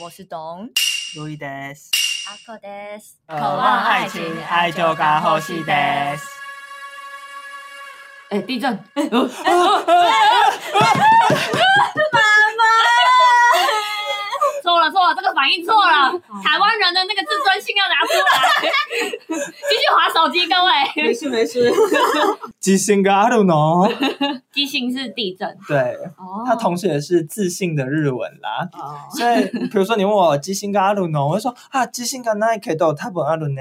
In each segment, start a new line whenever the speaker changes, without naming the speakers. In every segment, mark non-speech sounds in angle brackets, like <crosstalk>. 我是董
路易德斯，
阿克德斯，
渴望爱情，爱就该呼吸德斯。
哎，地震！错了错了，这个反应错了，台湾人的那个自尊心要拿出来。继续划手机，各位。
事没事，
即兴个阿鲁农，
地信是地震
对，
哦
它同时也是自信的日文啦。
哦，
所以，比如说你问我即兴个阿鲁农，我就说啊，即兴个那也可以都有他本阿鲁呢，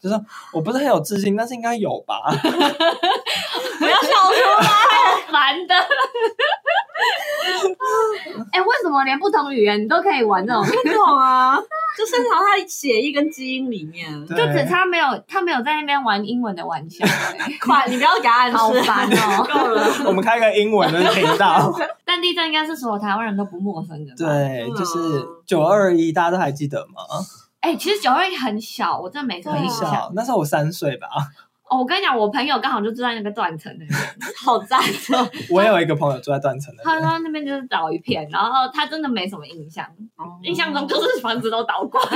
就是我不是很有自信，但是应该有
<laughs>
吧。
不要笑出来，烦的。哎，为什么连不同语言你都可以玩这种？
不懂啊，就生藏他血液跟基因里面。
对
就只差没有他没有在那边玩英文的玩笑，哎
快，你不要给他暗示，
好烦哦。
够了。
我们开个英文的频道，
但地震应该是所有台湾人都不陌生的。，
对，
嗯
就是九二一，大家都还记得吗？
哎，其实九二一很小，我真的没什么
对
印
啊
象。
小，那时候我三岁吧。
哦，我跟你讲，我朋友刚好就住在那个断层那边，
好赞 <laughs> 哦！
我有一个朋友住在断层那
他
<laughs>
边，
说那边就是倒一片，然后他真的没什么印象，
嗯
印象中就是房子都倒光了。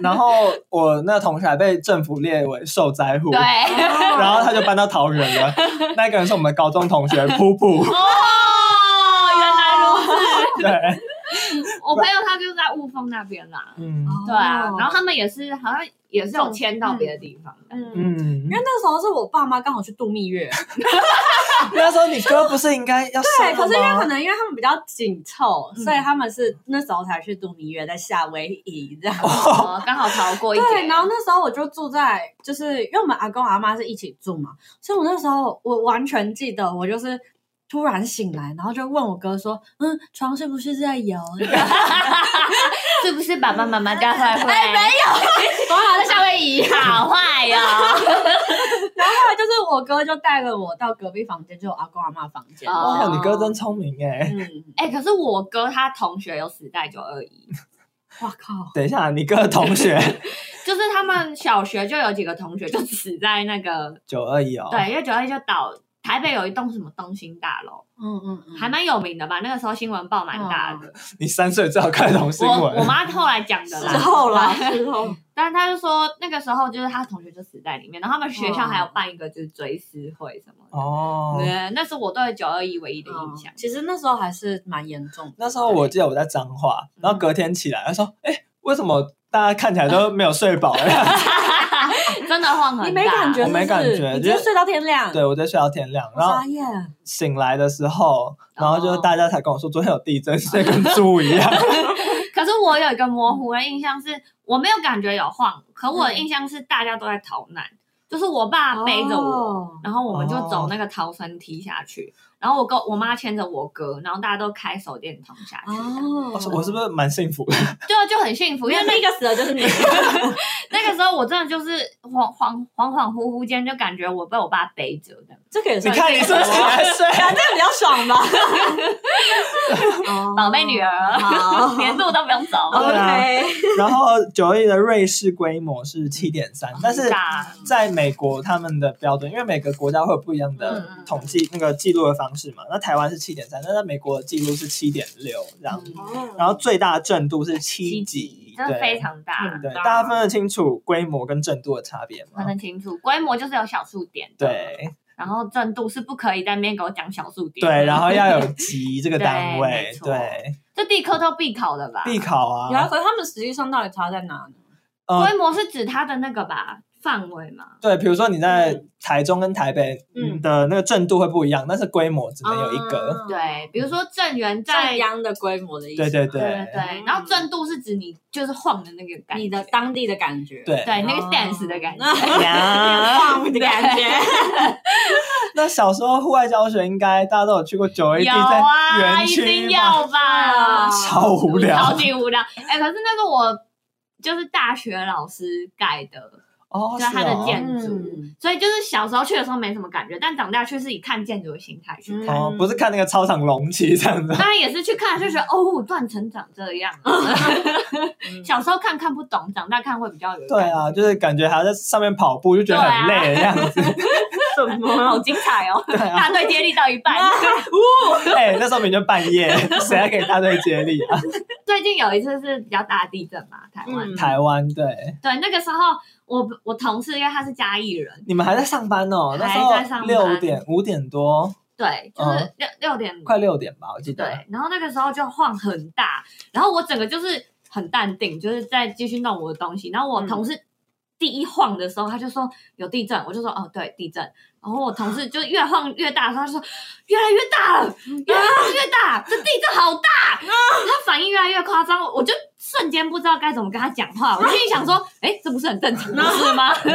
然后我那同学还被政府列为受灾户。
对，
<laughs>
然后他就搬到桃园了。那个人是我们的高中同学噗
<laughs>
噗，
哦，原来如此。
对，
我朋友他就在雾峰那边啦，
嗯
对啊，然后他们也是好像也是有迁到别的地方的。
嗯，
嗯
因为。那时候是我爸妈刚好去度蜜月，
那时候你哥不是应该要
<laughs>
生
对，可是因为可
了吗？
能因为他们比较紧凑，
嗯
所以他们是那时候才去度蜜月，在夏威夷这样。
哦，刚好逃过一
对，
劫。
然后那时候我就住在，就是因为我们阿公阿妈是一起住嘛，所以我那时候我完全记得，我就是突然醒来，然后就问我哥说：“嗯，床是不是在 <laughs> 摇？” <laughs>
是不是爸爸妈妈教坏坏？
哎没
有，我好在夏威夷，好坏哦哟。
<laughs> 然后后来就是我哥就带了我到隔壁房间，就我阿公阿妈房间。
哦
哇，你哥真聪明哎！
嗯，
哎，可是我哥他同学有死在九二一，
哇靠！
等一下，你哥的同学 <laughs>
就是他们小学就有几个同学就死在那个，
九二一哦，，
对，因为九二一就倒。台北有一栋什么东兴大楼，
嗯嗯嗯，哦
还蛮有名的吧？那个时候新闻报蛮大的。
你三岁最好看懂新
我我
闻，
妈后来讲的啦，
之后啦，之后
<laughs> 但他就说那个时候就是他同学就死在里面，然后他们学校还有办一个就是追思会什么的。
哦。
对，那是我对九二一唯一的印象。
哦嗯其实那时候还是蛮严重的。
那时候我记得我在彰化，
嗯
然后隔天起来，他说：“哎，为什么大家看起来都没有睡饱 <laughs> 呀？”
嗯
真的晃很大，
你没感觉是不是？
我没感觉
你直
就
接睡到天亮。
对，我在睡到天亮，
我
然后
傻眼。
醒来的时候，然后就
哦
大家才跟我说昨天有地震，睡跟猪一样。
可是我有一个模糊的印象是，我没有感觉有晃，可我的
嗯
印象是大家都在逃难，就是我爸背着我，
哦
然后我们就走那个逃生梯下去，然后我跟我妈牵着我哥，然后大家都开手电筒下去，
哦 <laughs>
我说我是不是蛮幸福的？
就就很幸福，因为那
那个死的就是你。
<laughs> 那个时候我真的就是恍恍恍恍惚惚间就感觉我被我爸背着的，
这个也
你
算
看你是不
<laughs>
是还睡？
反正啊比较爽吧。
宝贝女儿，
好
<laughs> 年度都不用走
哦
了，
哦对啊
，OK，
然后九二一的瑞士规模是七点三，但是
很大
在美国他们的标准，因为每个国家会有不一样
嗯
的
嗯
统计那个记录的方式嘛。那台湾是七点三，但在美国的记录是七点六这样。
嗯
然后最大的震度是七级，
真的非
对嗯
常大，
对，大家分得清楚规模跟震度的差别吗
分？得清楚，规模就是有小数点的，
嗯对
然后震度是不可以在那边给我讲小数点的。
对，然后要有级这个
对
单
没
位，
错
对，
<laughs> 这地科都必考的吧？
必考
有啊，
啊，
可是他们实际上到底差在哪呢？
嗯，
规模是指它的那个吧范围嘛？
对，比如说你在
嗯
台中跟台北
嗯
的那个震度会不一样，但是规模只能有一个。
哦
啊
对，，比如说震源在
正央的规模的意思。
对对
对对
对
对，然后震度是指你就是晃的那个感觉，
你的当地的感觉。哦
对啊
对那个 dance 的感觉。
呀，
的感觉，
<laughs> 那小时候户外教学应该大家都有去过九 A D
有
在
啊，
园
一定
区吧？
要吧？
超无
超
聊
级无聊。哎、可是那个我就是大学老师盖的，
哦，
就是是它的
哦
建筑，
嗯
所以就是小时候去的时候没什么感觉，但长大去是以看建筑的心态去
嗯
看。
哦，不是看那个操场隆起
<laughs>
这样子。
当然也是去看，就觉得哦，断成长这样。 <laughs> 小时候看看不懂，长大看会比较有。
啊
啊 <laughs>
对，啊，就是感觉还要在上面跑步，就觉得很累的样子。
什么
好精彩哦！
对啊，
大队接力到
<laughs>
一半，
哎、那时候明明就半夜， <laughs> 谁还给大队接力啊？
<laughs> 嗯最近有一次是比较大的地震嘛，台湾。
嗯
台湾对，
对，那个时候我我同事因为他是嘉义人，
你们还在上班哦？那时
还在上
候
班
六点五点多，
对，就是
嗯
六六点
快六点吧，我记得。
对，然后那个时候就晃很大，然后我整个就是很淡定，就是在继续弄我的东西。然后我
嗯
同事第一晃的时候，他就说有地震，我就说哦对地震。然后我同事就越晃越大的时候，他就说越来越大了，越来越大，这地震好大。
<laughs>
他反应越来越夸张，我就瞬间不知道该怎么跟他讲话。我心里想
<laughs>
说，哎，这不是很正常的事吗？ <laughs> 就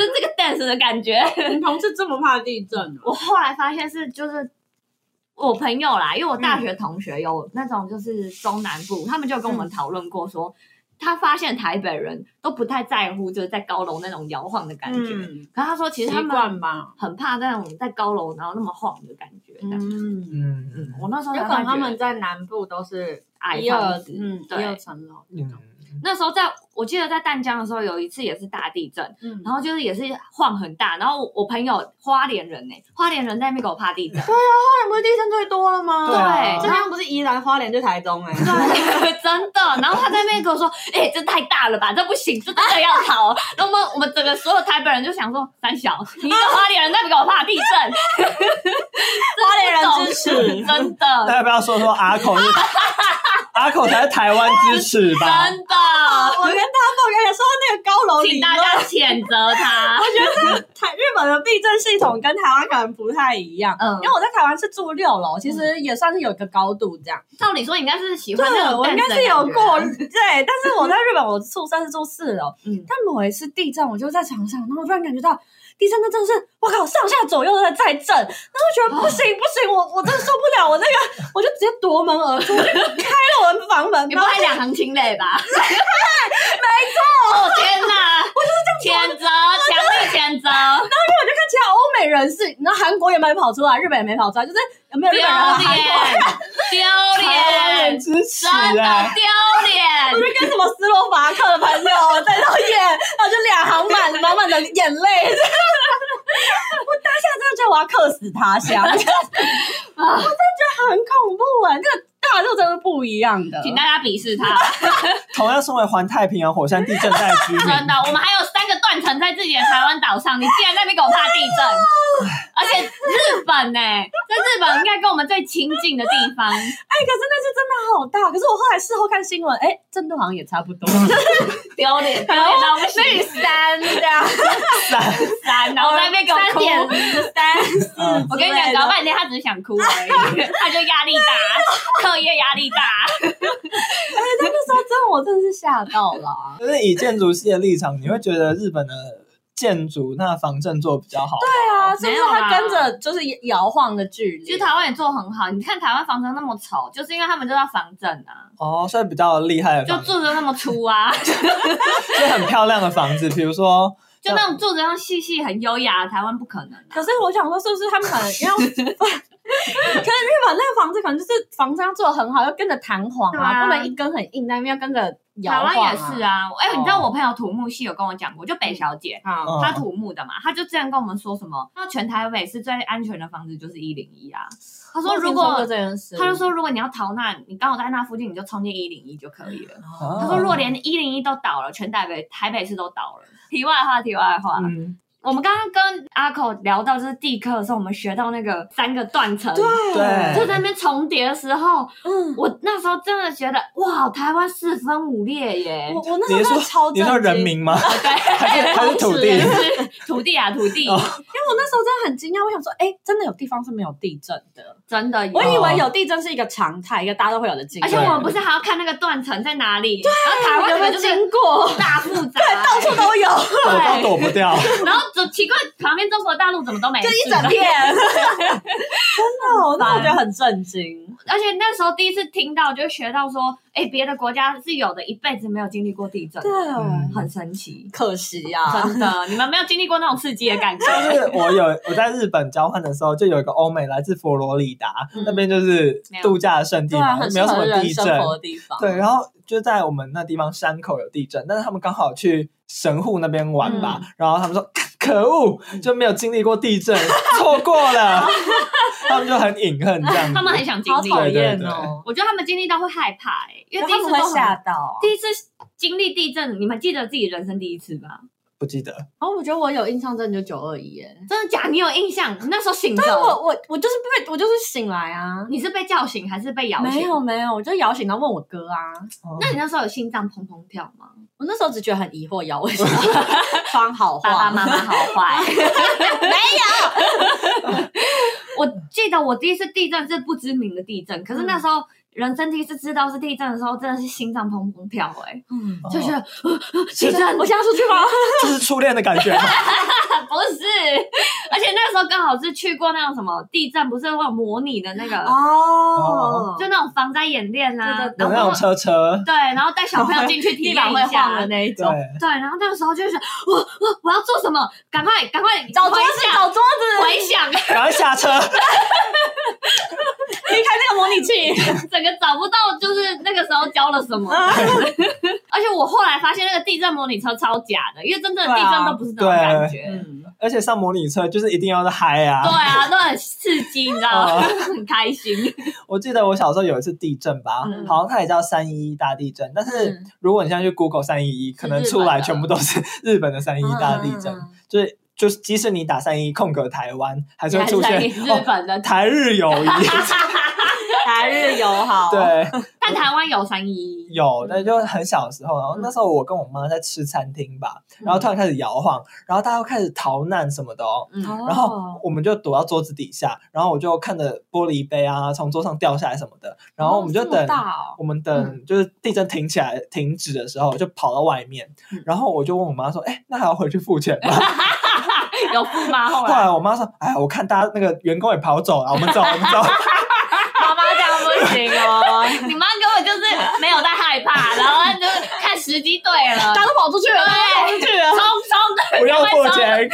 是这个 dance 的感觉。
你同事嗯这么怕地震哦？
我后来发现是就是我朋友啦，因为我大学同学有那种就是中南部，他们就跟我
嗯
们讨论过说，他发现台北人都不太在乎就是在高楼那种摇晃的感觉，
嗯，
可是他说其
习
实他们
惯吧。
很怕那种在高楼然后那么晃的感觉。这样
嗯，
嗯嗯
我那时候
有
才
可
发
能
觉
他们在南部都是
矮
一二
房子
嗯一
对
二层楼那
嗯
种。，
那时候在我记得在淡江的时候有一次也是大地震，
嗯
然后就是也是晃很大，然后我我朋友花莲人呢、欸花莲人在那边给我怕地震，
花莲不是地震最多了吗？
对啊
这样不是宜兰花莲就台中哎。
对，啊 <laughs> 真的。然后他在那边跟我说：“哎、这太大了吧，这不行，这真的要逃。” <laughs> 然后我们我们整个所有台北人就想说：“三小，你一个花莲人在给我怕地震， <laughs> 花
莲人支持
真的
大家不要说说阿口是阿口才是台湾之耻吧？
真的，
我跟他们跟你说那个高楼理
请
论
大，家谴责他。
台日本的地震系统跟台湾可能不太一样”。
嗯
因为，我在台湾是住六楼，其实也算是有一个高度这样。
照理说你应该是喜欢那
对，
种，
我应该是有
啊
过，对。但是我在日本，我宿舍是住四楼，
嗯
但某一次地震，我就在床上，然后我突然感觉到地震，那真的是我靠，上下左右都在震，然后我觉得不行不行，我我真的受不了，我那个我就直接夺门而出，开了我的房
<laughs>
门，
你
然
不
后
会两行清泪吧？没错。哦天哪！我就是这样谴责，强力谴责，
我就看其他欧美人士，你知道韩国也没跑出来，日本也没跑出来，就是有没有
丢
日本人啊？韩国
脸，丢
台湾
脸
人。之耻
真的
啊！
丢
我
脸。
就跟什么斯洛伐克的朋友在那演，然后就两行满满满的眼泪。我当下真的觉得我要克死他
<laughs>
乡，我真的觉得很恐怖哎、这个大陆真的不一样的。
请大家鄙视他，
同样身为环太平洋火山地震带居民，
真的，我们还有三个断层在自己的台湾岛上，你竟然在那边给我怕地震，而且日本呢、在日本应该跟我们最亲近的地方，
哎、可是那次真的好大，可是我后来事后看新闻，哎、震度好像也差不多，
丢脸丢脸到不
那
行，
里三这样，
三， <laughs> 然后在那边给我
三
哭。
点三四，
<laughs> 嗯
我跟你讲，搞半天他只是想哭而已，他就压力大，课业压力大。
那个时候真的我真的是吓到了啊、
就是以建筑系的立场，你会觉得日本的建筑那防震做得比较好。对
对啊，是不
哦没
是
有啦
它跟着就是摇晃的距离？
其实台湾也做很好，你看台湾防震那么丑，就是因为他们就要防震啊，
哦，所以比较厉害的
就
房子，
住的那么粗啊。
就很漂亮的房子，比如说
就那种坐着像细细很优雅，台湾不可能、啊。
可是我想说，是不是
<laughs>
他们可能 <laughs> 要？可是日本那个房子可能就是房子要做的很好，要跟着弹簧
对
啊，
啊
不能一根很硬，但是要跟着摇
台
晃、啊。
湾也是啊，哎、
哦
你知道我朋友土木系有跟我讲过，就北小姐，
好，
嗯
她土木的嘛，她就之前跟我们说什么，那全台北市最安全的房子就是一零一啊。她说
我
如
听说过
果，
这件事，
她就说如果你要逃难，你刚好在那附近，你就冲进一零一就可以了。
哦，
她说如果连一零一都倒了，全台北台北市都倒了。题外话，题外话，
嗯，
我们刚刚跟阿口聊到就是地科的时候，我们学到那个三个断层，
对
就在那边重叠的时候，
嗯，
我那时候真的觉得，哇，台湾四分五裂耶
我！我那时
你
候
是
真的超
说你
震
是说
惊，
人民吗？
对，<laughs>
还是还是土地
也？是土地啊，土地，
哦
因为我那时候真的很惊讶，我想说，哎，真的有地方是没有地震的，
真的有。
我以为有地震是一个常态，一个大家都会有的经
而
验，
且我们不是还要看那个断层在哪里？对，然后台
有
湾整个
没有
就是 <laughs>
经过？
大复杂，对，到
到处都有，
躲都躲不掉。
然后就奇怪，旁边中国大陆怎么都没事？
就一整片， <laughs> 真的哦，那我觉得很震惊。
而且那时候第一次听到，就学到说，哎，别的国家是有的，一辈子没有经历过地震，
啊
嗯
很神奇。
可惜啊呀、
啊
真的，你们没有经历过那种刺激的感觉，
就是我有我在日本交换的时候，就有一个欧美来自佛罗里达、
嗯
那边，就是度假的圣地
对
嘛，
啊，很
没
适
有什么
合人
地
生
震。
活的地方。
对，然后就在
嗯
我们那地方山口有地震，但是他们刚好去神户那边玩吧，然后他们说，看可恶，就没有经历过地震， <laughs> 错过了，他们就很隐恨这样子。
他们很想经
好
历，
讨厌
对对
哦，
我觉得他们经历到会害怕、欸，因为第
他
一
们
次
会
都
吓
很，
到啊。
第一次经历地震，你们记得自己人生第一次吧？
不记得，
然后我觉得我有印象，真的就九二一耶。
真的假？你有印象？你那时候醒
但
着，
啊我我我就是被我就是醒来啊，
你是被叫醒还是被摇醒？
没有没有，我就摇醒，然后问我哥啊。
那你那时候有心脏砰砰跳吗？
我那时候只觉得很疑惑，摇为什 <laughs> 么窗好啊
爸爸
话
妈妈好坏？没有。我记得我第一次地震是不知名的地震，可是那时候人生第一次知道是地震的时候，真的是心脏砰砰跳、欸，
嗯，
哎，就觉
哦
得、 <gasps> 地震，
我现在出去吗？
这是初恋的感觉吗，
不是，而且那时候刚好是去过那种什么地震，不是会有模拟的那个，
哦，
就那种防灾演练啦、
有
<laughs> 然
那
后
种车车，
对，然后带小朋友进
<laughs>
去体
地
验
板会
一
晃的
下。
那一
对
种。，
对，然后那个时候就是我我我要做什么？赶快赶快
找桌
回
子，
想
找桌子，
回想，
<laughs> 赶快下车，
离开那个模拟器。
整个找不到就是那个时候教了什么。
嗯
而且我后来发现那个地震模拟车超假的，因为真正的地震都不是那种感觉。
嗯，
而且上模拟车就是一定要嗨啊
对！啊，都很刺激，你知道
哦
吗？ <laughs> 很开心。
我记得我小时候有一次地震吧，
嗯
好像它也叫三一一大地震，但是
嗯
如果你现在去 Google 三一一，可能出来全部都是 <laughs> 日本的三一一大地
嗯
震，就是就是即使你打三一空格台湾，还是会出现
你还是在日
哦
本的，
台日友 <laughs> 谊，
台日友好，
对，
但台湾有三一，
有，但就很小的时候，然后那时候我跟我妈在吃餐厅吧，然后突然开始摇晃，然后大家都开始逃难什么的哦。
嗯，
然后我们就躲到桌子底下，然后我就看着玻璃杯啊从桌上掉下来什哦么嗯的，然后我们就等、我们等就是地震停起来停止的时候，就跑到外面，然后我就问我妈说：“哎，那还要回去付钱吗？” <laughs>
有付吗？后
后
来
来我妈说：“哎，我看大家那个员工也跑走了，我们走，我们走。
妈妈这样不行哦。
你妈根本就是没有在害怕，然后就是看时机对了，
大家都跑出去了，
对，
出去了。
冲冲的，
<laughs> 不要
赶快
付
冲
钱，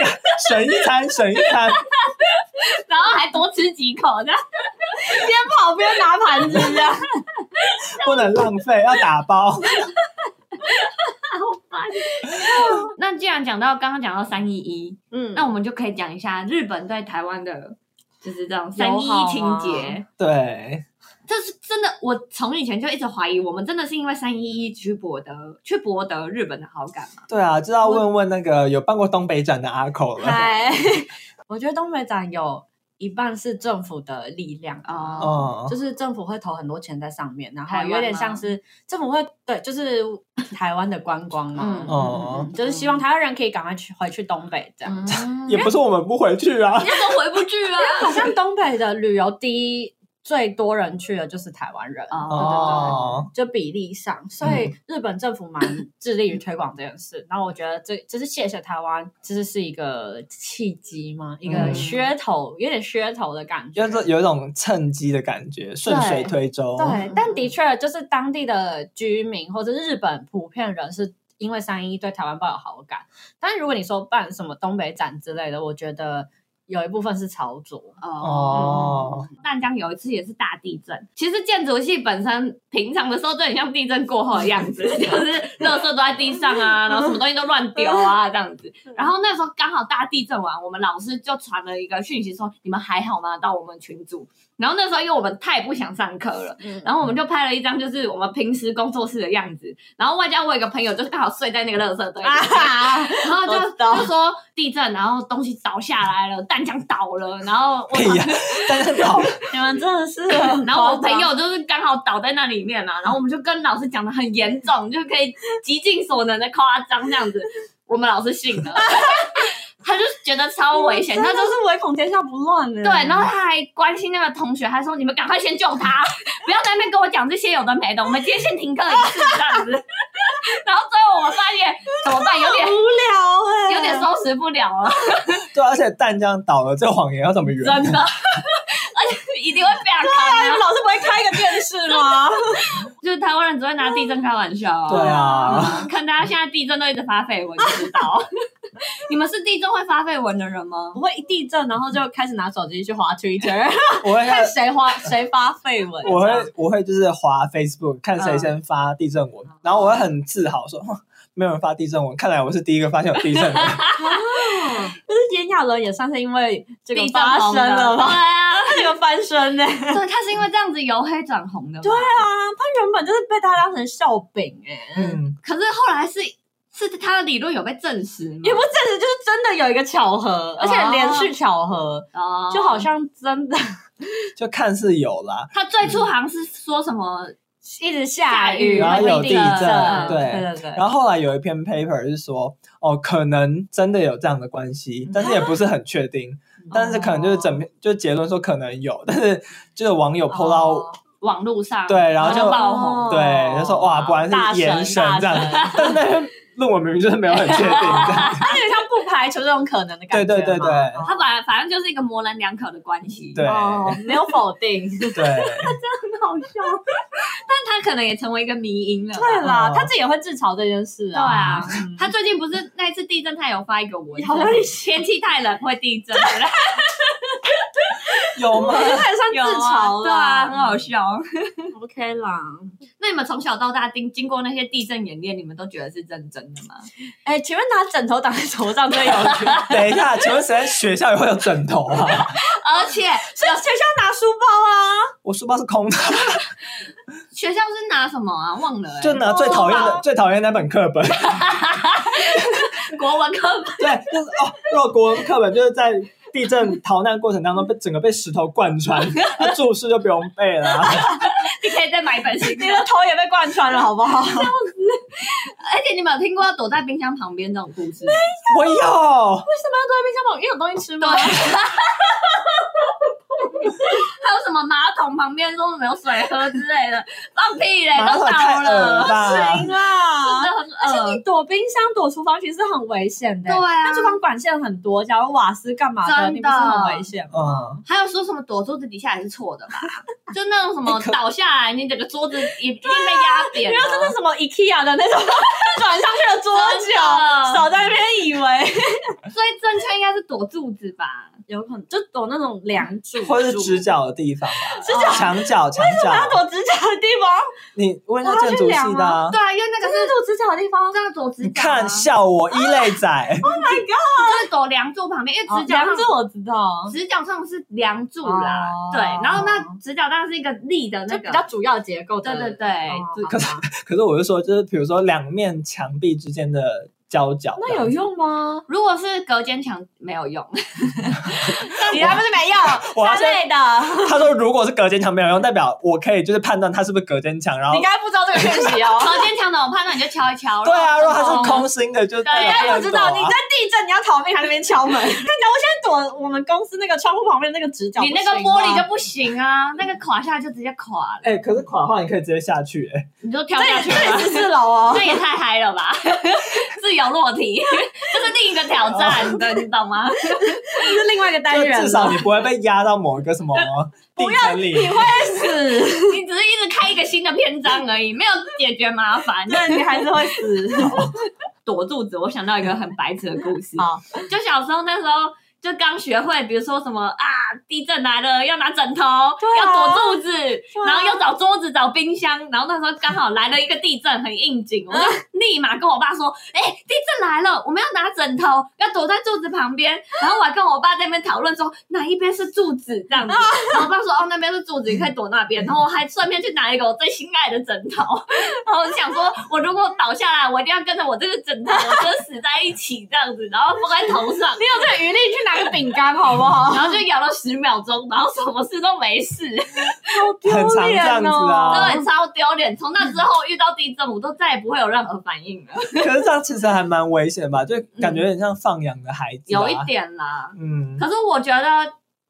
省一餐，省一餐。”
然后还多吃几口，这样
跑边拿盘子这样，
不能浪费，要打包。
好烦。那既然讲到刚刚讲到三一一，
嗯
那我们就可以讲一下日本对台湾的，就是这种三
友
一
好
一
啊
情节。
对，
这是真的，我从以前就一直怀疑，我们真的是因为三一一去博得去博得日本的好感嘛？
对啊，就要问问那个有办过东北展的阿口了。
嗨，我觉得东北展有一半是政府的力量啊。
哦，
嗯
就，是政府会投很多钱在上面，然
台湾
后有点
吗
像是政府会对，就是台湾的观光嘛
嗯，
哦
就是希望台湾人可以赶快去回去东北这样。
嗯，
也不是我们不回去
<laughs>
啊。
那都回不去了。
好像东北的旅游第一最多人去的就是台湾人，
哦
哦，
就比例上，所以
嗯
日本政府蛮致力于推广这
<laughs>
件事。然后我觉得这就是谢谢台湾，这是是一个契机嘛，一个
嗯
噱头，有点噱头的感觉。
就是有一种趁机的感觉，顺水推舟。
对，但的确就是当地的居民或者日本普遍人是因为三一对台湾抱有好感，但如果你说办什么东北展之类的，我觉得有一部分是炒作。
哦，
淡江有一次也是大地震，其实建筑系本身平常的时候就很像地震过后的样子，就是垃圾都在地上啊，然后什么东西都乱丢啊这样子。然后那时候刚好大地震完，我们老师就传了一个讯息说：“你们还好吗？”到我们群组。然后那时候因为我们太不想上课了，
<laughs>
然后我们就拍了一张就是我们平时工作室的样子，然后外加我有一个朋友就刚好睡在那个垃圾堆里面，然后就
我懂
就说地震，然后东西倒下来了，淡江倒了，然后我
<laughs> 屁呀！但是哦
<laughs>
好，
你们真的是，
<laughs> 然后我朋友就是刚好倒在那里面嘛，啊然后我们就跟老师讲的很严重，就可以极尽所能的夸张这样子，我们老师信了， <laughs> 他就觉得超危险，他
<laughs> 真
就
的是唯恐天下嗯不乱的。
对，然后他还关心那个同学，还说你们赶快先救他， <laughs> 不要在那边跟我讲这些有的没的，我们今天先停课一次这样子， <laughs> 然后最后我们发现怎么办，有
<laughs>
点
无聊哎，
欸
有点收拾不了了，
对，啊而且蛋这样倒了，这个谎言要怎么圆？
真的， <laughs> 而且一定会被他
哎
你
看
们
到，
老师不会开个电视吗？
<laughs> 就是台湾人只会拿地震开玩笑啊 <laughs>
对啊，
<laughs>
看大家现在地震都一直发绯闻，就知道。你们是地震会发绯闻的人吗
<laughs> 我？会一地震，然后就开始拿手机去划 Twitter，
<laughs> 我会看
看谁发谁发绯闻。
我会我会就是滑 Facebook 看谁先发地震文，然后我会很自豪说，哼没有人发地震文，看来我是第一个发现有地震的。
可是炎亚纶也算是因为这个
地震
发生
红的
了
对
吧？
啊，
他这个翻身呢、
对，他是因为这样子由黑转红的。
对，啊，他原本就是被大家当成笑柄哎、
嗯，
可是后来是是他的理论有被证实吗
也不证实，就是真的有一个巧合，而且连续巧合，
哦
就好像真的
就看似有啦，
他最初好像是说什么，
一直下雨，
然
后有地震
对
对
对对。
然后后来有一篇 paper 是说，哦，可能真的有这样的关系，但是也不是很确定，但是可能
哦
就是整篇就结论说可能有，但是就是网友 PO 到、
哦网络上
对然后就
爆红，
对，就说哇，果然
哦大
是眼神
大
这样，
神
但是那篇论文明明就是没有很确定这样，
他有点像不排除这种可能的
对
感觉
对对
嘛
对
他反正反正就是一个模棱两可的关系。
对
哦，没有否定。
<laughs>
对，
很好笑，但他可能也成为一个迷因了吧。
<laughs> 对啦，
哦
他自己也会自嘲这件事
对啊
啊。，
他最近不是那次地震，他有发一个文，
好像
天气太冷会地震，
有吗？
他也算
有啊
自嘲啦
对啊，很好笑。
OK 啦。
那你们从小到大经经过那些地震演练，你们都觉得是认真的吗？
哎，请问拿枕头挡在头上最有
<laughs>
趣？
等一下，请问谁在学校也会有枕头啊？
<laughs> 而且
是学校拿书包啊？
我书包是空的，
学校是拿什么啊？忘了、欸，
就拿最
哦
讨厌的、最讨厌那本课本。 <laughs>
国文课本。
对，就是哦，如果国文课本就是在地震逃难过程当中被整个被石头贯
<laughs>
穿，那注释就不用背了啊、
你可以再买一本新的
你。的头也被贯穿了，好不好？
而且你们有听过躲在冰箱旁边这种故事吗？
我有，
为什么要躲在冰箱旁？因为有东西
<laughs>
吃
对。 <laughs>
吗？
还有什么马桶旁边说没有水喝之类的，放屁嘞，
马
都
桶
倒
太
<laughs>
恶了
了，
吧？
行啊。
真的很
而且
恶
你躲冰箱、躲厨房其实很危险的。
对啊
那厨房管线很多，假如瓦斯干嘛的，
真的
你不是很危险吗？
嗯，
还有说什么躲桌子底下也是错的吧？就那种什么倒下来，你整个桌子也一定被压扁
不
了。
要真的什么 IKEA 的那种转上去的桌
真的
角，手在那边以为
所以正确应该是躲柱子吧？
有可能就躲那种梁柱，
或者是直角的地方吧，
直角
墙角、墙
要
角。
躲直角的地方，
你问一下建筑系的、啊
对。啊，因为那个
但哦是
是
躲直角的地方，
这样躲直
你
角啊，
看，笑我一类仔， <laughs>
就是躲梁柱旁边，因为直角上
哦梁柱我知道，
直角上是梁柱啦，
哦
对，然后那直角当然是一个立的那
就
个，
比较主要结构
对
的。
对对，
哦
就
可是可是我就说，就是比如说两面墙壁之间的交角，
那有？用吗？
如果是隔间墙没有用，
<laughs> 你还不是没用，
<laughs> 我要
三类的，
他说，如果是隔间墙没有用，代表我可以就是判断它是不是隔间墙，然后
你应该不知道这个讯息哦。
隔间墙的我判断你就敲一敲。嗯
对啊，如果
然后
它是空心的，就代
对
应
表
该
能
不知道，
走
你
啊
在地震，你要逃命还在那边敲门。看 <laughs> 起来我现在躲我们公司那个窗户旁边那个直角，
你那个玻璃就不行啊，那个垮下来就直接垮了，
哎、可是垮的话，你可以直接下去、哎，
你就跳
这
下
也
去
这也
了。
十四楼哦
这。也太嗨了 <laughs> 吧！自由落体， <laughs> 这是另一个挑战，对，你懂 <laughs> 吗？
这是另外一个单元
就
了，
至少你不会被压到某一个什
<laughs>
么地层里。
你会死，
你只是一直开一个新的篇章而已，没有解决麻烦。
对，你还是会死。
<laughs> 躲柱子，我想到一个很白痴的故 <laughs> 事。
好，
就小时候那时候就刚学会，比如说什么啊，地震来了要拿枕头，要躲柱子，
啊
然后又找桌子找冰箱，然后那时候刚好来了一个地震，很应景，我就立马跟我爸说，哎、地震来了，我们要拿枕头，要躲在柱子旁边，然后我还跟我爸在那边讨论说哪一边是柱子这样子，然后我爸说哦那边是柱子，你可以躲那边，然后我还顺便去拿一个我最心爱的枕头，然后我就想说，我如果倒下来，我一定要跟着我这个枕头，我就死在一起这样子，然后放在头上
你，有这个余力去拿个饼干好不好？
然后就咬了十秒钟，然后什么事都没事，
很常这样子
好
啊，
对，超丢脸。从那之后遇到地震，我都再也不会有任何反应了，
可是这样其实还蛮危险吧，
嗯
就感觉有点像放养的孩子、啊
有一，点啦。
嗯，
可是我觉得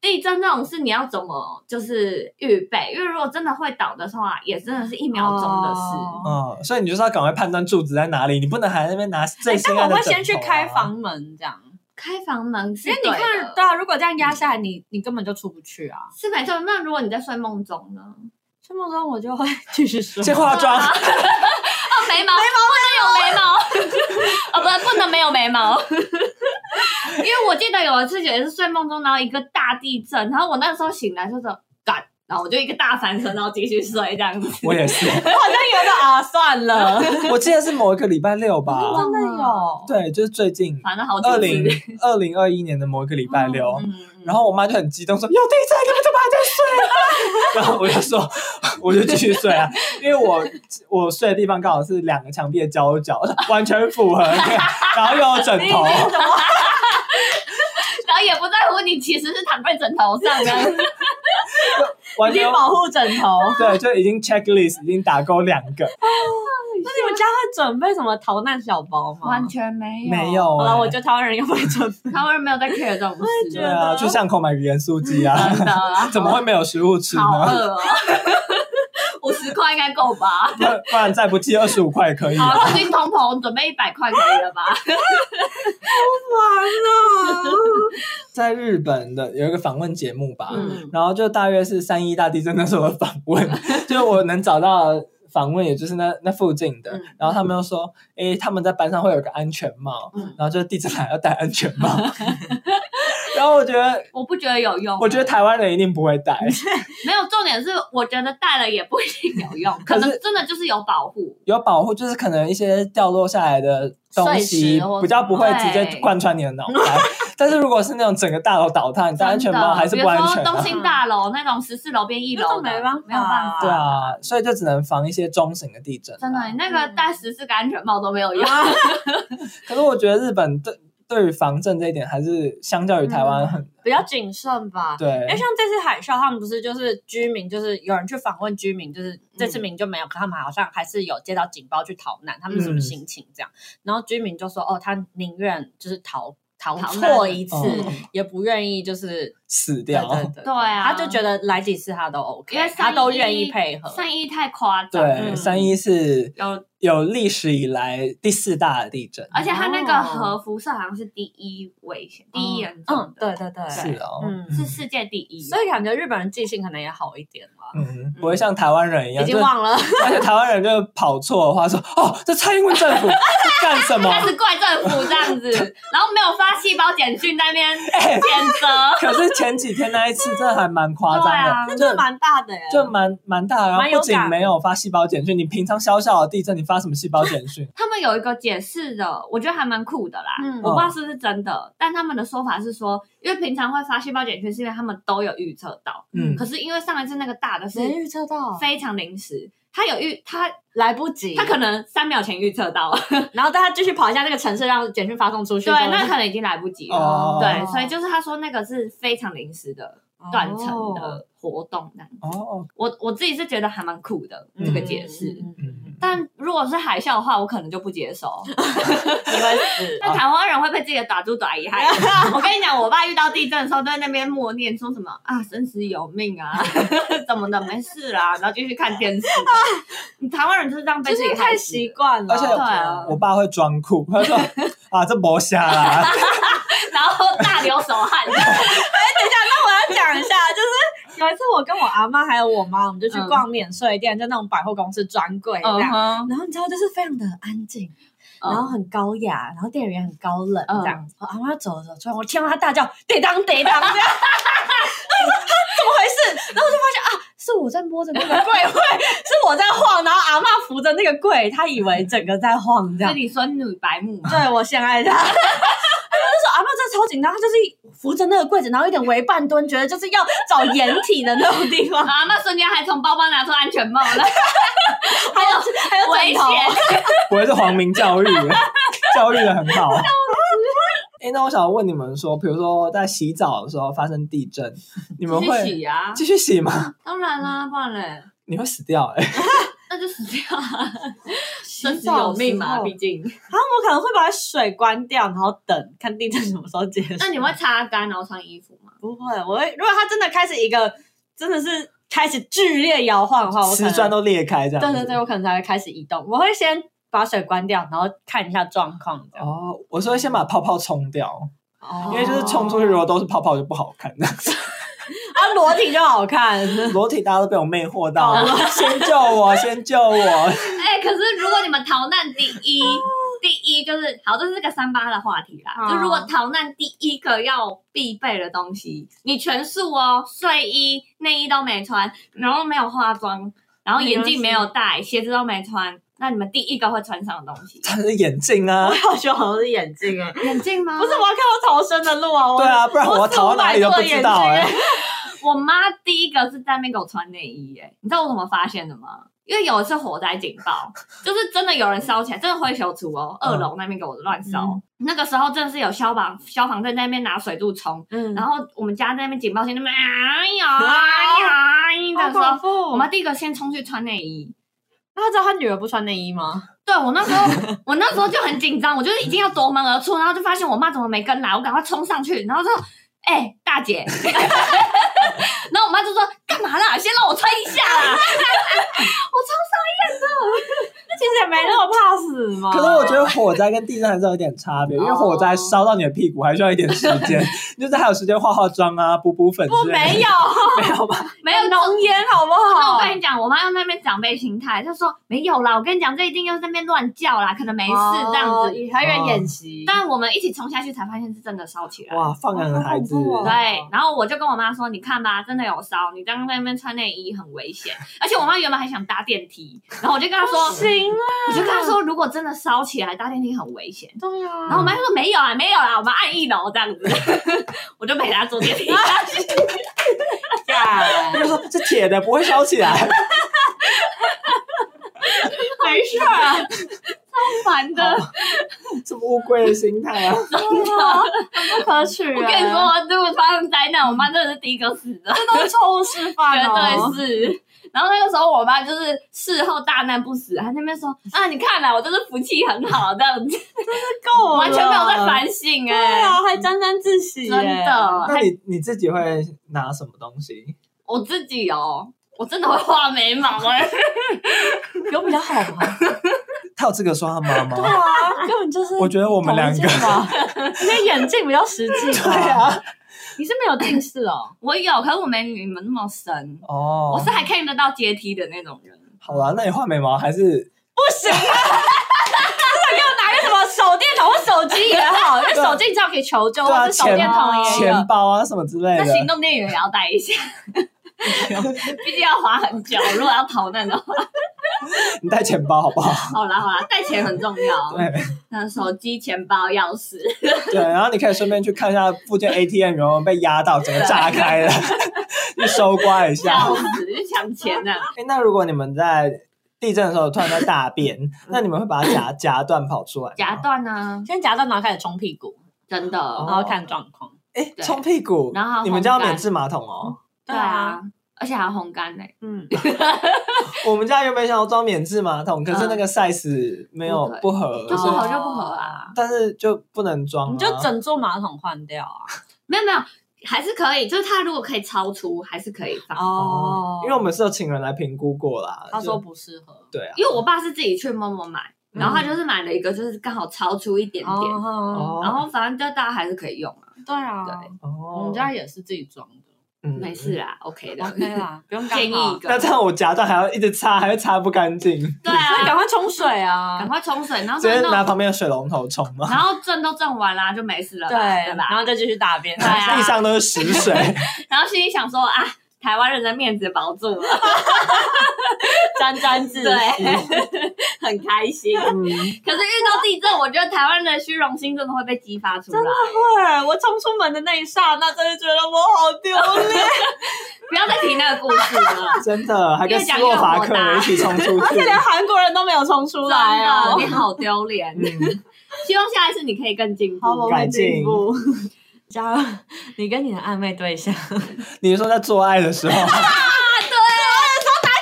地震这种事，你要怎么就是预备？因为如果真的会倒的话，也真的是一 <laughs> 秒钟的事。
哦
嗯，所以你就是要赶快判断柱子在哪里，你不能还在那边拿最
哎但
心爱
我
的、啊
会先去开，房门这样，
开房门是
因为
对的，
你看，对啊，如果这样压下来，你你根本就出不去啊。
是没错。那如果你在睡梦中呢？
睡梦中我就会继续睡，
先化妆，
啊
<laughs> 哦，眉毛，不能有眉毛，哦，不，不能没有眉毛。 <laughs> 我记得有一次也是睡梦中，然后一个大地震，然后我那时候醒来就是干，然后我就一个大翻身，然后继续睡这样子。
我也是，
好像有
<laughs>
点啊，算了，
我记得是某一个礼拜六吧，
嗯
真的有。
对，就是最近
<laughs> 反正好几
二
次
零二零二一年的某一个礼拜六，
嗯，
<laughs> 然后我妈就很激动说：“有地震，你们怎么还在睡、啊？” <laughs> 然后我就说：“我就继续睡啊，因为我我睡的地方刚好是两个墙壁的交角，完全符合，然后又有枕头。
然后也不在乎你其实是躺在枕头上的，
完
已
全
经保护枕头，
对，就已经 checklist 已经打勾两个，
那你们家会准备什么逃难小包吗？
完全没有，
没。有、
好
欸。
了，我觉得台湾人也会准备。
他们没有在 care 这种
<laughs>
事，
对啊，去巷口买盐酥鸡啊， <laughs>
真的啊
怎么会没有食物吃
好
呢？
饿哦， <laughs> 五十块应该够吧？
不然不然再不济二十五块也可以、
好，
啊。
最近通膨，准备一百块可以了吧？
<laughs> 在日本的有一个访问节目吧，
嗯
然后就大约是三一大地震那时候的访
<laughs>
问，就是我能找到的访问，也就是那那附近的。
嗯
然后他们又说，诶，他们在班上会有个安全帽，
嗯
然后就是地震来要戴安全
<laughs>
帽。然后我觉得，
我不觉得有用，啊
我觉得台湾人一定不会戴，
没有重点是，我觉得戴了也不一定有用，
<laughs> 可
可
是
能真的就是有保护。
有保护，就是可能一些掉落下来的东
碎
西
石或
比较不会直接
对
贯穿你的脑
<laughs>
袋。但是如果是那种整个大楼倒塌，你戴安全帽还是不安全、
真的比如说
啊
东。兴大楼那种十四楼变一楼的，
那就没办法
没有办法。
对啊，所以就只能防一些中型的地震啊、
真的，你那个戴十四个安全帽都没有
嗯
用， <laughs>
可是我觉得日本对对于防震这一点，还是相较于台湾很、
比较谨慎吧。嗯因为
对
像这次海啸，他们不是就是居民，就是有人去访问居民，就是这次民就没有，可他们好像还是有接到警报去逃难，他们是什么心情这样？然后居民就说，哦，他宁愿就是逃逃
逃
错
难
一次，
哦
也不愿意就是
死
对
掉。
对对
对啊
他就觉得来几次他都 OK，
因为
他
三一
都愿意配合。
三一太夸张，
对，
嗯
三一是
有，
有历史以来第四大的地震，
而且它那个核辐射好像是第一危险，第一严重
嗯，
的，
对对对，
是哦，
嗯
是世界第一。
所以感觉日本人记性可能也好一点吧，
嗯，不会像台湾人一样，
已经
就 <laughs>
忘了。
而且台湾人就跑错的话说，哦，这蔡英文政
<laughs>
府在干什么？
开始怪政府这样
<laughs>
子，然后没有发细胞简讯在那边谴责，
哎可是前几天那一次真的还蛮夸张的，
对啊
就
蛮大的耶，
就蛮蛮大的，然
蛮
后
有
不仅
感
没有发细胞简讯，你平常小小的地震，你发什么细胞简讯？ <laughs>
他们有一个解释的，我觉得还蛮酷的啦。
嗯
我不知道是不是真的，但他们的说法是说，因为平常会发细胞简讯，是因为他们都有预测到。
嗯
可是因为上一次那个大的是
能预测到，
非常临时，他有预他
来不及，
他可能三秒前预测到，
然后但他继续跑一下那个城市，让简讯发送出去。
对，
之后
那可能已经来不及了。
哦，
对，所以就是他说那个是非常临时的断层。的活动这样
哦，
我我自己是觉得还蛮酷的
嗯
这个解释。
嗯，
但如果是海啸的话，我可能就不接受。。
你 <laughs> 会死
<laughs> 但台湾人会被自己的打猪打一害。 <laughs> 我跟你讲，我爸遇到地震的时候，都在那边默念说什么啊，生死有命啊， <laughs> 怎么的，没事啦，然后继续看电 <laughs> 视。你台湾人就是这样被
就
自己
是
害
太
死
习
的，
惯了，
而且
对啊
我爸会装酷，他说啊，这没瞎啦，
<laughs> 然后大流手 <laughs> 汗。
我要讲一下，就是有一次我跟我阿妈还有我妈，我们就去
嗯
逛免税店，就那种百货公司专柜这样。
哼，
然后你知道，就是非常的安静，然
哦
后很高雅，然后店员很高冷
嗯
这样。我阿妈走着走，突然我听到她大叫“得当得当”这样，然后我 <laughs> 说啊怎么回事？然后我就发现啊，是我在摸着那个柜会， <laughs> 是我在晃，然后阿妈扶着那个柜，她以为整个在晃这样
是。你孙女白目吗？
对我陷 <laughs> 害她。她哎那时候阿妈真的超紧张，她就是扶着那个柜子，然后有点微半蹲，觉得就是要找掩体的那种地方， <laughs>
啊，那瞬间还从包包拿出安全帽 <laughs> 了，
还有还有
<laughs> 危
枕头，
险。
不会是皇民教育，教育的很
<laughs>
好。哎、那我想问你们说，比如说在洗澡的时候发生地震，你们
继续
会
洗啊，
继续洗吗？ <laughs>
当然啦，不然嘞，
你会死掉哎、
那就死掉啊，生死
澡
有
的
命
时
嘛，
候
毕竟。
然后我可能会把水关掉，然后等看地震什么时候结束。
那你会擦干然后穿衣服吗？
不会？我会，如果它真的开始一个真的是开始剧烈摇晃的话，我可
瓷
能
砖都裂开这样
对
子。
对对，我可能才会开始移动。我会先把水关掉，然后看一下状况这样。
哦，我说先把泡泡冲掉，
哦
因为就是冲出去，如果都是泡泡就不好看。
啊，裸体就好看。
<laughs> 裸体大家都被我魅惑到啊
哦 <laughs>
了，先救我，先救我！
<laughs> 哎、可是如果你们逃难第一第一就是好，这是个三八的话题啦。
好
就如果逃难第一个要必备的东西，你全素哦，睡衣、内衣都没穿，然后没有化妆，然后眼镜没有戴，鞋子都没穿，那你们第一个会穿上的东西，
他的眼镜啊，
好凶，好像是眼镜
欸
啊！
眼镜吗
不是，我要看到逃生的路啊！
哦
我
对，啊，不然我逃到哪里都不知道哎、
我
我妈第一个是在那边给我穿内衣、耶，你知道我怎么发现的吗？因为有一次火灾警报，就是真的有人烧起来，真的灰球厨哦，
嗯
二楼那边给我乱烧。那个时候真的是有消防消防队在那边拿水柱冲，
嗯
然后我们家在那边警报器那边哎呀哎呀的时候，
怖
我妈第一个先冲去穿内衣。
那他知道他女儿不穿内衣吗？
对我那时候，我那时候就很紧张，我就是已经要夺门而出，然后就发现我妈怎么没跟来，我赶快冲上去，然后说：“哎、大姐。” <laughs> 然后我妈就说：“干嘛啦？先让我穿一下啦。
其实也没那么怕死嘛。
可是我觉得火灾跟地震还是有点差
哦
别，因为火灾烧到你的屁股还需要一点时
<laughs>
间，就是还有时间化化妆啊、补补粉
不
之类的。
没有，
没有吧？”
没有
啊浓烟好不
那
好
我？跟你讲，我妈用那边长辈心态，她说没有啦，我跟你讲，这一定又在那边乱叫啦，可能没事
哦
这样子。哦
子，还有演习。
但我们一起冲下去才发现是真的烧起来。
哇，放养的孩子，
好恐怖哦
对，然后我就跟我妈说：“你看吧，真的有烧，你刚刚在那边穿内衣很危险。”而且我妈原本还想搭电梯，然后我就跟她说：“
行啊，
我就跟她说，如果真的烧起来，搭电梯很危险。”
对啊。
然后我妈就说：“没有啊，没有啦，我们按一楼这样子。” <laughs> 我就陪她坐
<laughs>
电梯下去。
啊
他就说这铁的不会烧起
<laughs>
来，
没事啊，超烦的。
什么乌龟的心态
<laughs>
啊！
不可取。
我跟你，说，如果发生灾难，我妈真的是第一个死的。 <laughs>
这都是错误示范
绝
哦。
对是。然后那个时候，我妈就是事后大难不死，她那边说：“啊，你看啦，我真是福气很好，这样子
够了
完全没有在反省
对
哎、
啊，还沾沾自喜耶，哎
真的。哎
那你你自己会拿什么东西？
我自己哦，我真的会画眉毛哎、
有比较好吗？
他有资格说他妈
<laughs> 对 <laughs>
妈？
啊，根本就是
我觉得我
我
们两个，
因为眼镜比较实际。
<laughs> 对，啊，
你是没有近视哦。
<laughs> 我有，可是我没你们那么深，我
哦
是，还看得到阶梯的那种人。
好啦，那你画眉毛还是
啊
拿个什么手电筒或手机
<laughs>
也好，因为手机至少可以求救，
对啊
或者手电筒
钱
也有。
钱包啊什么之类
那
的？
行动电源也要带一
<laughs>
下，毕竟要滑很久。如果要逃难的话，
你带钱包好
<laughs>
不好？
好啦好啦，带钱很重要。
对。
嗯，手机、钱包、钥匙，
对，然后你可以顺便去看一下附近 ATM 有没有被压到，整个炸开了，去搜刮一下。
钥匙去抢钱啊呢、
哎，那如果你们在地震的时候突然在大便，那你们会把它夹夹断跑出来吗？
夹断呢，
先夹断，然后开始冲屁股，
真的。
然
哦
后看状况。
哎，
对
冲屁股，
然后
你们家有
烘干
免治马桶哦。
对啊，，而且还烘干呢、
嗯，
我们家原本想要装免治马桶，可是
嗯
那个 size 没有
不可以
不合，
就不
所以
合就不合啊，
但是就不能装啊，
哦你就整座马桶换掉啊。
没有没有，还是可以，就是它如果可以超出，还是可以放。
哦，因为我们是有请人来评估过啦。
他说
就
不适合。
对啊，
因为我爸是自己去默默买，然后他就是买了一个，就是刚好超出一点点，
哦，
然
嗯哦
后反正就大家还是可以用啊，
对啊，
对
哦，
嗯
我们家也是自己装 <laughs> 的
嗯
没事啦，OK
哦
的。
，OK 啦，不用干
建议一
嘛。
那
个
这，样我夹断还要一直擦，还会擦不干净，直
对
所以
啊，
<laughs> 赶快冲水
赶
啊！
快冲水，然后
接
弄
拿
弄，
旁边的水龙头冲嘛，
然后震都震完啦，就没事了
<laughs> 对，
吧，对
然
吧？
后再继续大便。
对啊
地上都是屎
<laughs>
水。
然后心里想说啊，台湾人的面子保住了，
沾沾自喜。
对，很开心。
嗯，。
可是遇到地震，我觉得台湾人的虚荣心真的会被激发出来。
对，我冲出门的那一刹那，真的觉得我好丢 <laughs> 脸。
不要再提那个故事
<laughs>
了
真的，还跟斯洛伐克人一起冲出去。
连韩国人都没有冲出
真
来
的，
哦
你。好丢脸。
嗯，
希望下一次你可以更进步。啊
好，我
改
们
进
进步。加油！你跟你的暧昧对 <laughs> 象，他
你是说在做爱的时候，
啊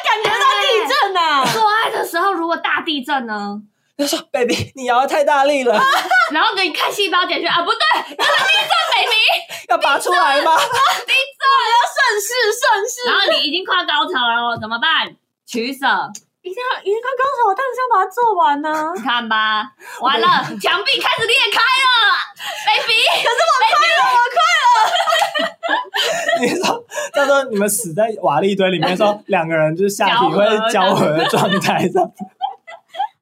感觉到地震啊呐、
做爱的时候，如果大地震呢？
他说：“baby，你摇的太大力了，
啊然后你看细胞检去啊，不对，这是地震 baby。
要拔出来吗
盛世盛世，
然后你已经快高潮了，哦怎么办？取舍，
一定要一定要高手，但是要把它做完呢、啊。
你看吧，完了，墙壁开始裂开了，baby。可是
<laughs> 你说，他说你们死在
<laughs> <laughs>
瓦砾堆里面，说两个人就是下体会交合的状态这样。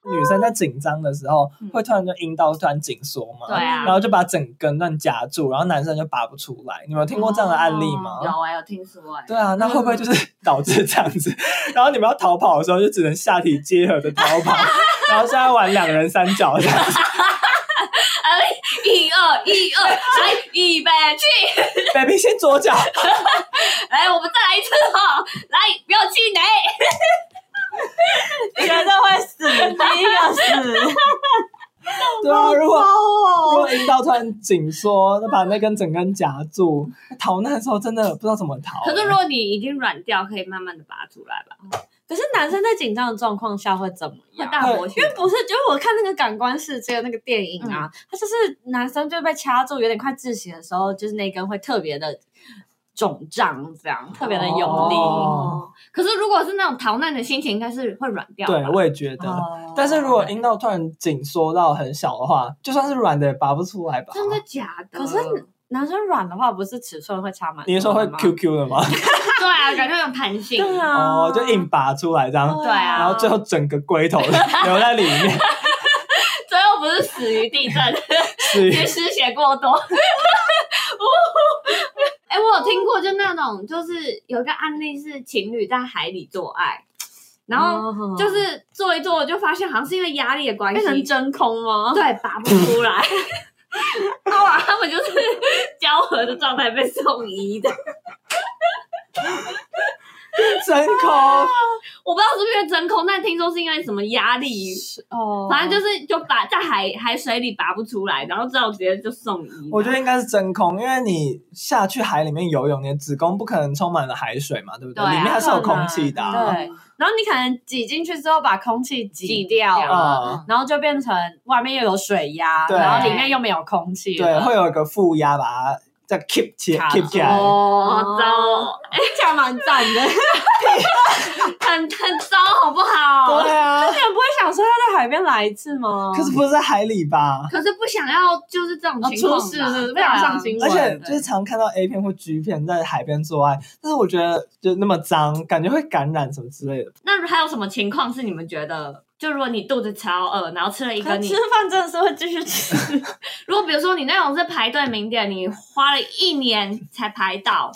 女生在紧张的时候，会突然就阴道突然紧缩嘛，
嗯对啊
然后就把整根段夹住，然后男生就拔不出来。你们有听过这样的案例吗？
有哎、有听说哎、
对啊，那会不会就是导致这样
<laughs>
子？然后你们要逃跑的时候，就只能下体结合的逃跑，然后现在玩两人三角
<laughs>
这样子，
哎，一二一二，来，预备去，
baby 先左脚，
来，我们再来一次哈，来，不要气馁。
绝对会死，第一个死。
<laughs>
对啊，如果如
哦，
果阴道突然紧缩，那把那根整根夹住，逃难的时候真的不知道怎么逃、欸
可是如果你已经软掉，可以慢慢的拔出来吧，
可是男生在紧张的状况下会怎么
会
样？
大
会
活血
因为不是，就是我看那个《感官世界》那个电影啊，他就是男生就被掐住，有点快窒息的时候，就是那根会特别的肿胀，这样特别的有力。
哦
可是如果是那种逃难的心情，应该是会软掉吧。
对，我也觉得。
哦
但是如果阴道突然紧缩到很小的话，就算是软的也拔不出来吧？
真的假的？
可是男生软的话，不是尺寸会差蛮
你
多
是说
的
会
吗
QQ 的吗？
对啊，感觉有弹性。
对啊，
<laughs> 哦，就硬拔出来这样，
嗯对啊，
然后最后整个龟头 <laughs> 留在里面，
最后不是死于地震， <laughs>
是
因为失血过多。哎、我有听过，就那种就是有一个案例是情侣在海里做爱，然后
后
就是做一做，我就发现好像是因为压力的关系
变，成真空吗？
对，拔不出来。 <laughs> 哇，他们就是交合的状态被送医的，
真空。
我不知道是不是因为真空，但听说是因为什么压力，
哦
反正就是就把在海海水里拔不出来，然后之后直接就送医。
我觉得应该是真空，因为你下去海里面游泳，你的子宫不可能充满了海水嘛，对不对？
对啊
里面还是有空气的、啊。
对，然后你可能挤进去之后把空气挤掉
挤
了，
掉
嗯，
然后就变成外面又有水压，
对
然后里面又没有空气了，
对，会有一个负压把它再 keep 起
卡
keep
住
起来。
好糟 <laughs> 哦，
这样蛮赞的。
<laughs> 很很糟，好不好？
对啊，
你们不会想说要在海边来一次吗？
可是不是在海里吧？
可是不想要就是这种
哦
情
出
况吧，
事是不是不
对啊
想上新闻，
而且就是常看到 A 片或 G 片在海边做爱，但是我觉得就那么脏，感觉会感染什么之类的。
那还有什么情况是你们觉得，就如果你肚子超饿，然后吃了一
可
个
是
你
吃，饭真的是会继
<laughs>
续吃，
如果比如说你那种是排队名店，你花了一年才排到，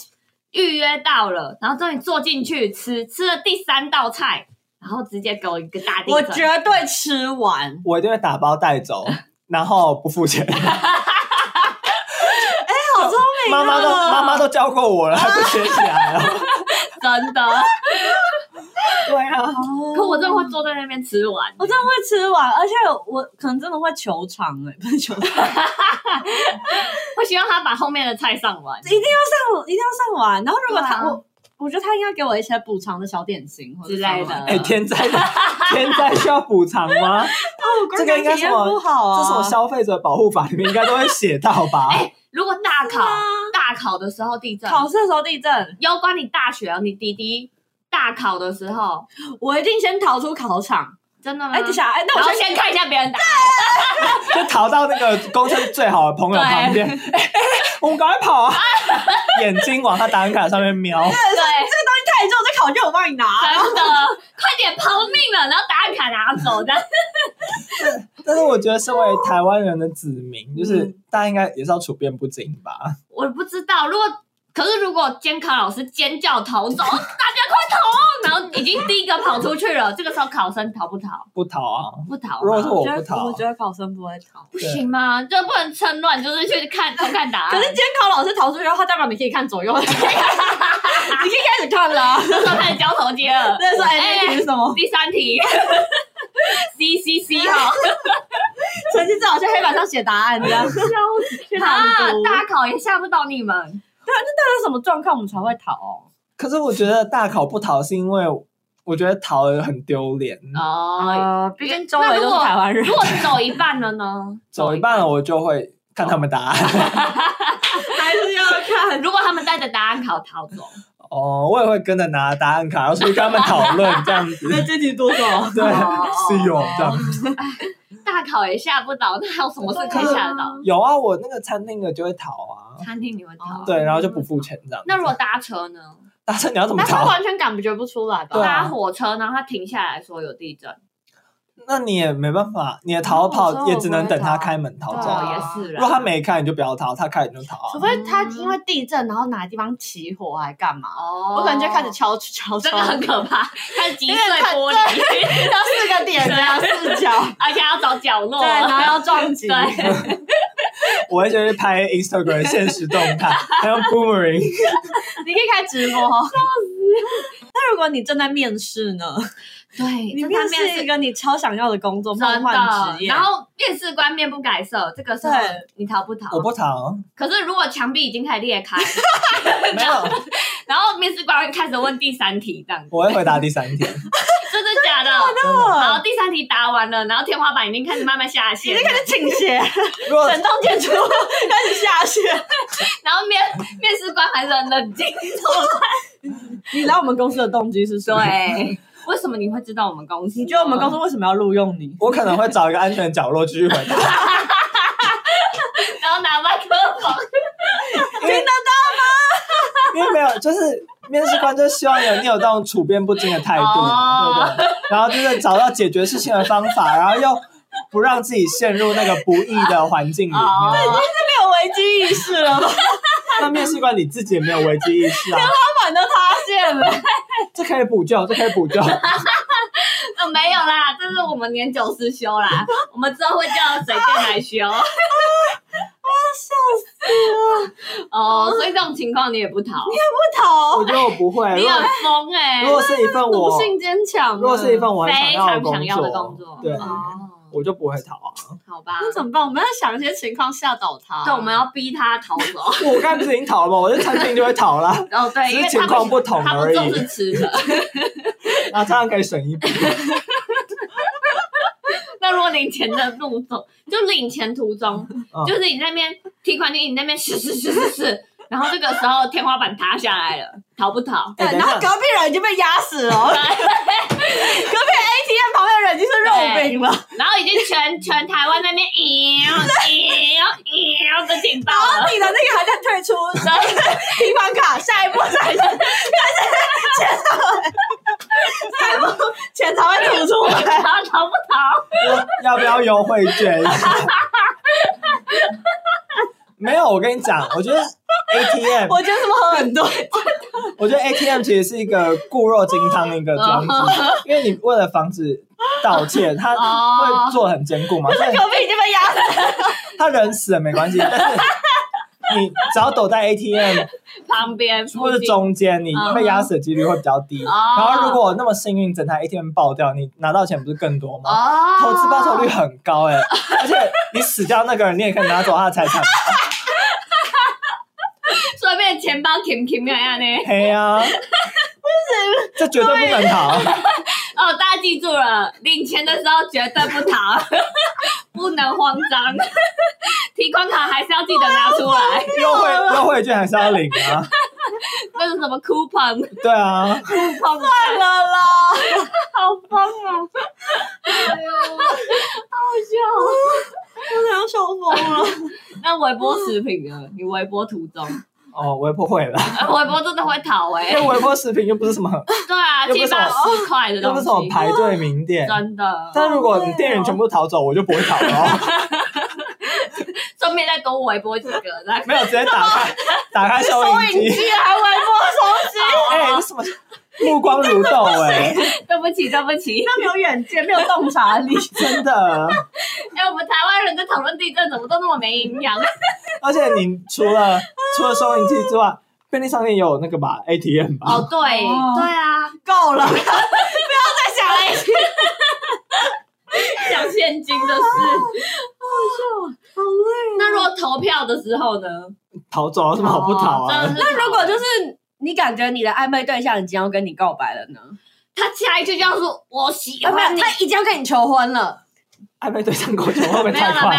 预约到了，然后终于坐进去吃，吃了第三道菜，然后直接给我一个大地震，
我绝对吃完。
我一定会打包带
<laughs>
走，然后不付钱。哎、好聪明、
啊
妈妈都妈妈都教过
<laughs>
我了，还不学起来哦？
真的，
对啊，
<laughs> 可我真的会坐在那边吃完，
我真的会吃完，而且我可能真的会求偿哎、不是求
<laughs>
偿，
会希望他把后面的菜上完
一。定要上，一定要上完。然后如果他、
对啊
我，我觉得他应该给我一些补偿的小点心或者
之类的
什么
哎、天灾天灾需要补偿吗？
哦
这个应该
体
什
验不
么？
好啊，哎
这是我消费者保护法里面应该都会写到吧？
如果大考大考的时候地震，
考试的时候地震，
有关你大学哦，你弟弟大考的时候，
我一定先逃出考场。
真的吗？
哎、等一下，哎、那
嗯然
我
后
先
先看一下别人答案。
就逃到那个公车最好的朋友旁边，哎哎 <laughs> 我们赶快跑
<laughs>
啊！眼睛往他答案卡上面瞄，
对，
看你之后再考卷，我帮你拿。
真的，快点逃命了，然后答案卡拿走的。
但是我觉得，身为台湾人的子
嗯
民，就是大家应该也是要处变不惊吧？
<laughs> 我不知道，如果可是如果监考老师尖叫逃走，大家 <laughs> 快逃！然后已经第一个跑出去了，这个时候考生逃不逃？
不逃啊！
不逃
如果是
吗？
我
觉
不
得
逃
我，觉得考生不会逃。
不行吗？就不能趁乱，就是去
<laughs>
看偷看答案。
可是监考老师逃出去的话，代表你可以看左哎 <laughs> 右，你可以开始看 <laughs> 了。
这时候开始交头接耳，
那时候哎，那题
哎
是什么？
第三题 <laughs> ，C C C 哈。
成绩最好去黑板上写答 <laughs> 案，这样去
啊
朗读。，
大考也吓不到你们，
是什么状况我们才会逃哦？
可是我觉得大考不逃是因为我觉得逃了很丢脸。
哦。
呃，毕竟周围都是台湾人
如，果走一半了呢？
<laughs> 走一半了，我就会看他们答案。
还是要看。
如果他们带着答案考逃走，
哦，我也会跟着拿答案卡，然后出去跟他们讨论这样子。
<laughs>
那这题多少？
对，
哦
是有这样。
大考也吓不倒，那还有什么事可以吓得
<laughs>
到？
有啊，我那个餐厅的就会逃啊，
餐厅你会逃？
对，然后就不付钱这样。
那如果搭车呢？
<laughs> 大声你要怎么
但是
逃？
完全感觉不出来吧？
对
搭
啊
火车，然后他停下来说有地震，
那你也没办法，你的逃
我
跑
说
也
我
只
不
能
会
等他
逃
开门逃
对
走。
啊
哦，也是
如
啦。
果他没开，你就不要逃；他开，你就逃啊。
除非他因为地震，然后哪个地方起火还干嘛？
哦，
我可能就开始敲敲
真
敲
的，很可怕，开始击碎玻璃，
要四个点这 <laughs> 样四角，
<laughs> 而且还要找角落，
哦对，然后要撞击，
对，
<laughs> 我会先去拍 Instagram 现实动态，还有 Boomerang。
<laughs> 你可以开直播。那如果你正在面试呢？
<laughs> 对，
你
这
面
方
试一
面
个你超想要的工作，
是
梦
真
幻职
的。
业。
然后面试官面不改色，这个时候
对
你逃不逃？
我不逃，
可是如果墙壁已经开始裂开， <laughs>
没有，
然后面试官会开始问第三题，这样子，
我会回答第三天。
真的假的？好，第三题答完了，然后天花板已经开始慢慢下
已 <laughs>
陷了
经，开始倾斜，
如果
整栋建筑物开始下雪。
然后面面试官还是很冷静。
<laughs> 你来我们公司的动机是什么？
对，为什么你会知道我们公司？
你觉得我们公司为什么要录用你？
我可能会找一个安全的角落继续回答。
然后拿麦克
<laughs>
风，
听得到吗？ <laughs> 因为没有，就是面试官就希望有你有那种处变不惊的态度嘛，
哦
对不对？然后就是找到解决事情的方法，然后又不让自己陷入那个不易的环境里面。
哦，
没有危机意识哦 <laughs> 了吧？
那面试官你自己也没有危机
<laughs>
意识啊，
老板都塌陷 <laughs> 了。
这可以补救，这可以补救。
呃没有啦，这是我们年久失修啦，我们之后会叫水电来修。 <laughs> 啊，笑死了！哦，所以这种情况你也不逃，
我觉得我不会。如
你
果
很疯哎
如，果是一份
毒
我，
性坚强。
如果是一份，我很
非
想要的
常
工
想要的工
作
作，，
对，
哦，
我就不会逃啊。
好吧，
那怎么办？我们要想一些情况吓倒他。
对，我们要逼他逃走。
我刚才不是已经逃了吗？我在餐厅就会逃啦，
哦，对，
只
因为
是情
他
况
不
不同
他不
而已。
重视吃的。 <laughs>
啊，这样可以省一笔。
那如果领钱的路中，就领钱途中，
嗯
就是你那边提款机，你那边是是是是是，然后这个时候天花板塌下来了，逃不逃？ <laughs>
哎
对，
等一
然后
下
隔壁人已经被压死 <laughs> 了，隔壁 ATM 旁边的人已经是肉饼了，
然后已经全全台湾那边咦咦咦的警报了，
你的那个还在退出，然后提款卡，下一步才是，但是钱才会，下一步钱才会吐出来。
然后逃不逃？
要不要优惠券？ <laughs> 没有，我跟你讲，我觉得 ATM，
我觉得什么喝很多，
我觉得 ATM 其实是一个固若金汤的一个装
哦
置，因为你为了防止盗窃，它
哦
会做很坚固嘛，所
<laughs>
以
隔壁已经被压死了，
<laughs> 他人死了没关系，但是你只要躲在 ATM
旁边
或者中间，你被压死的几率会比较
哦
低。然后如果那么幸运，整台 ATM 爆掉，你拿到钱不是更多吗？
哦，
投资报酬率很高哎、而且你死掉那个人，你也可以拿走他的财产吧。
顺便钱包 kim kim 那样呢？
嘿
<laughs>
呀、啊，这绝对不能逃。
哦，大家记住了，领钱的时候绝对不逃， <laughs> 不能慌张，提款卡还是要记得拿出来。
优
啊
惠优惠券还是要领
<laughs>
啊。
那是什么 coupon？
对啊，
算了啦。
好疯哦！好
真的要笑疯了。
笑。那微波食品呢？你微波途中，
哦，微波会了，
呃微波真的会逃哎、
因为微波食品又不是什么，
对啊，
又不
七
是什
八
么
十块的
又不
东
是什么
西，
排队名店。
真的。
但如果你店员全部逃走，我就不会逃了
<laughs>
哦。
顺便再多微波几个，这样
没有，直接打开打开收
收
音
银
机。
机还微波
<laughs>
收机，
哦
哎、这什么目光如豆哎、
对不起，对不起。
他没有远见，没有洞察力。
真的。
<laughs> 哎、我们台湾人在讨论地震，怎么都那么没营养？啊
而且你除了除了收银机之外，便利商店也有那个吧 ATM 吧。
<laughs> 哦，对，
哦
对啊，
够
<laughs>
了，不要再想了。
讲现金的事，
哦
好笑。
啊
那如果投票的时候呢？
逃走有什么好不逃啊？
哦真的是
那如果就是你感觉你的暧昧对象已经要跟你告白了呢？
他下一句就要说“我喜
啊，没
欢你
有，他已经要跟你求婚了，
暧昧对象狗熊
<laughs>
会不”，
没
会
有
太
了
快？